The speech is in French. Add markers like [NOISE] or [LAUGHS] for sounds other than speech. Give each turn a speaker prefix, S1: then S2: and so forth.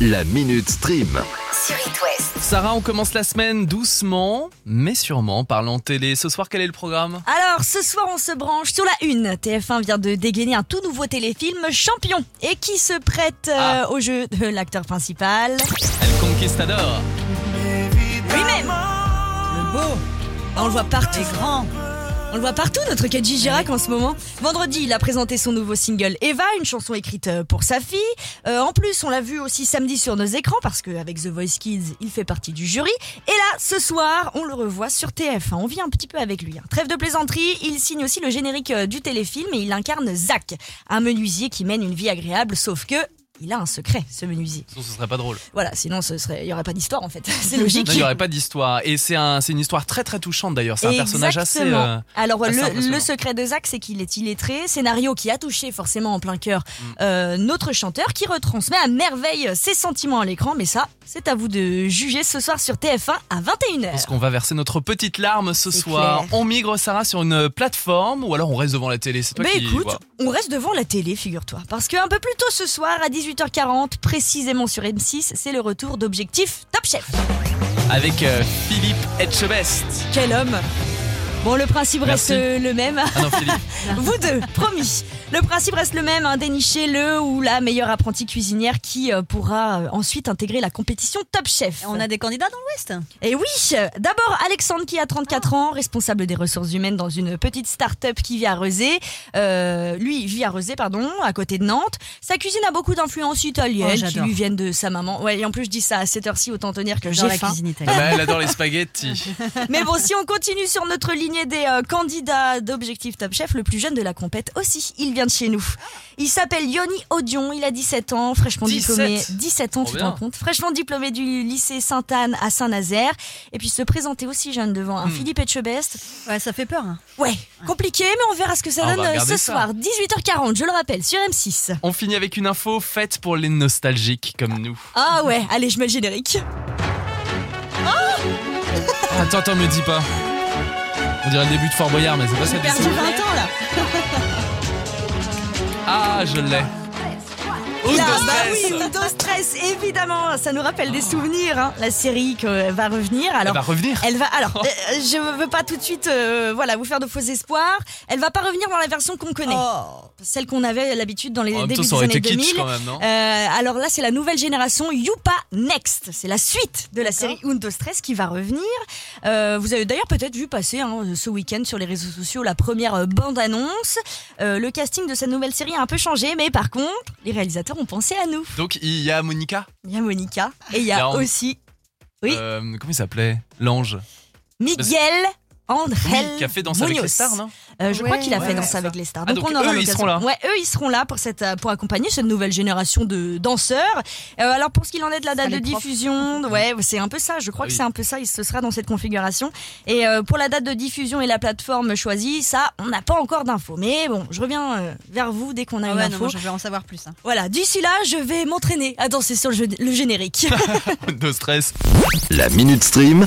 S1: La Minute Stream.
S2: sur It West.
S3: Sarah, on commence la semaine doucement, mais sûrement, parlant télé. Ce soir, quel est le programme
S4: Alors, ce soir, on se branche sur la une. TF1 vient de dégainer un tout nouveau téléfilm, Champion, et qui se prête euh, au jeu de l'acteur principal.
S3: El Conquistador.
S4: Lui-même Le beau Bah, On le voit partout. grand on le voit partout, notre Kadji Girac en ce moment. Vendredi, il a présenté son nouveau single Eva, une chanson écrite euh, pour sa fille. Euh, en plus, on l'a vu aussi samedi sur nos écrans parce qu'avec The Voice Kids, il fait partie du jury. Et là, ce soir, on le revoit sur TF1. On vit un petit peu avec lui. hein. Trêve de plaisanterie, il signe aussi le générique euh, du téléfilm et il incarne Zach, un menuisier qui mène une vie agréable, sauf que il a un secret, ce menuisier.
S3: Sinon, ce serait pas drôle.
S4: Voilà, sinon ce serait, il y aurait pas d'histoire en fait. [LAUGHS] C'est logique.
S3: Non, Il n'y aurait pas d'histoire. Et c'est un, c'est une histoire très très touchante d'ailleurs. C'est un personnage assez.
S4: Exactement.
S3: euh,
S4: Alors
S3: assez
S4: le,
S3: impressionnant.
S4: le secret de Zach, c'est qu'il est illettré. Scénario qui a touché forcément en plein cœur
S3: Mm.
S4: euh, notre chanteur, qui retransmet à merveille ses sentiments à l'écran. Mais ça, c'est à vous de juger ce soir sur TF1 à
S3: Je pense
S4: 21h.
S3: qu'on va verser notre petite larme ce
S4: C'est
S3: soir.
S4: clair.
S3: On migre Sarah sur une plateforme ou alors on reste devant la télé. C'est toi
S4: Mais
S3: qui.
S4: écoute,
S3: vois.
S4: on reste devant la télé, figure-toi. Parce qu'un peu plus tôt ce soir, à 18h40, précisément sur M6, c'est le retour d'Objectif Top Chef.
S3: Avec euh, Philippe Etchebest.
S4: Quel homme Bon, le principe reste
S3: Merci.
S4: euh, le même.
S3: Ah non, Philippe.
S4: Vous deux, promis. Le principe reste le même, hein, dénichez le ou la meilleure apprentie cuisinière qui euh, pourra euh, ensuite intégrer la compétition Top Chef.
S5: On a des candidats dans l'Ouest
S4: Et oui, euh, d'abord Alexandre qui a 34 ans, responsable des ressources humaines dans une petite start-up qui vit à Rezé. Euh, lui, il vit à Rezé, pardon, à côté de Nantes. Sa cuisine a beaucoup d'influences
S5: Oh,
S4: italiennes qui
S5: j'adore.
S4: lui viennent de sa maman. Ouais, et en plus je dis ça à cette heure-ci, autant tenir que
S5: Dans
S4: j'ai
S5: la
S4: faim.
S5: cuisine
S3: [LAUGHS] Ah
S5: italienne.
S3: bah, elle adore les spaghettis.
S4: Mais bon, si on continue sur notre lignée des euh, candidats d'Objectif Top Chef, le plus jeune de la compète aussi, il vient de chez nous. Il s'appelle Yoni Odion, il a 17 ans, fraîchement
S3: 17.
S4: diplômé. 17 ans,
S3: Trop
S4: tu te rends
S3: bien.
S4: compte. Fraîchement diplômé du lycée Sainte-Anne à Saint-Nazaire. Et puis se présenter aussi jeune devant un
S3: Hmm.
S4: Philippe Etchebest.
S5: Ouais, ça fait peur. hein.
S4: Ouais, compliqué, mais on verra ce que ça
S3: Ah, on
S4: donne
S3: va
S4: euh,
S3: regarder
S4: ce
S3: ça.
S4: soir. 18h40, je le rappelle, sur M6.
S3: On finit avec une info faite pour les nostalgiques comme nous.
S4: Ah ouais, allez, je mets le générique.
S3: Attends, attends, me dis pas. On dirait le début de Fort Boyard, mais c'est pas ça. du
S5: Perdu
S3: tout.
S5: 20 ans là
S3: Ah, je l'ai. Aude
S4: Là,
S3: de
S4: bah
S3: Stress.
S4: oui, Windows stress, évidemment, ça nous rappelle des souvenirs, hein. la série que, euh, va revenir.
S3: Elle
S4: Alors,
S3: va Eh ben, revenir.
S4: Elle va
S3: Oh.
S4: alors, euh, euh, je veux pas tout de suite, euh, voilà, vous faire de faux espoirs. Elle va pas revenir dans la version qu'on
S5: Oh.
S4: connaît,
S5: Ah
S4: celle qu'on avait l'habitude dans les
S3: Oh. En même temps,
S4: débuts
S3: ça
S4: des
S3: aurait
S4: années
S3: été kitsch
S4: 2000.
S3: quand même, hein. non
S4: Euh, alors là, c'est la nouvelle génération Youpa Next. C'est la suite de la série Undo Stress qui va revenir. Euh, vous avez d'ailleurs peut-être vu passer hein, ce week-end sur les réseaux sociaux la première euh, bande-annonce. Euh, le casting de cette nouvelle série a un peu changé, mais par contre, les réalisateurs ont pensé à nous.
S3: Donc il y a Monica.
S4: Il y a Monica et il y a
S3: Là, on-
S4: aussi Oui.
S3: Euh, comment il s'appelait L'ange.
S4: Miguel André
S3: Oui, qui a fait danser avec les stars, non [LAUGHS]
S4: Euh, je crois
S5: Ouais,
S4: qu'il a
S3: ouais,
S4: fait
S3: ouais,
S4: Danse
S3: ça.
S4: avec les stars.
S3: Ah,
S4: donc,
S3: donc
S4: on aura
S3: eux, ils
S4: l'occasion-
S3: seront là.
S4: Ouais, eux, ils seront là pour, cette, euh, pour accompagner cette nouvelle génération de danseurs. Euh, alors, pour ce qu'il en est de la
S5: Ça
S4: date
S5: sera
S4: de
S5: les profs. [LAUGHS]
S4: diffusion, ouais, c'est un peu ça. Je crois
S3: Ah
S4: que
S3: oui.
S4: c'est un peu ça. Il se sera dans cette configuration. Et euh, pour la date de diffusion et la plateforme choisie, ça, on n'a pas encore d'infos. Mais bon, je reviens euh, vers vous dès qu'on a
S5: Ah
S4: une
S5: ouais, non,
S4: info.
S5: moi, je vais en savoir plus. hein.
S4: Voilà, d'ici là, je vais m'entraîner à danser sur le, jeu- le générique.
S3: de stress.
S1: La Minute Stream.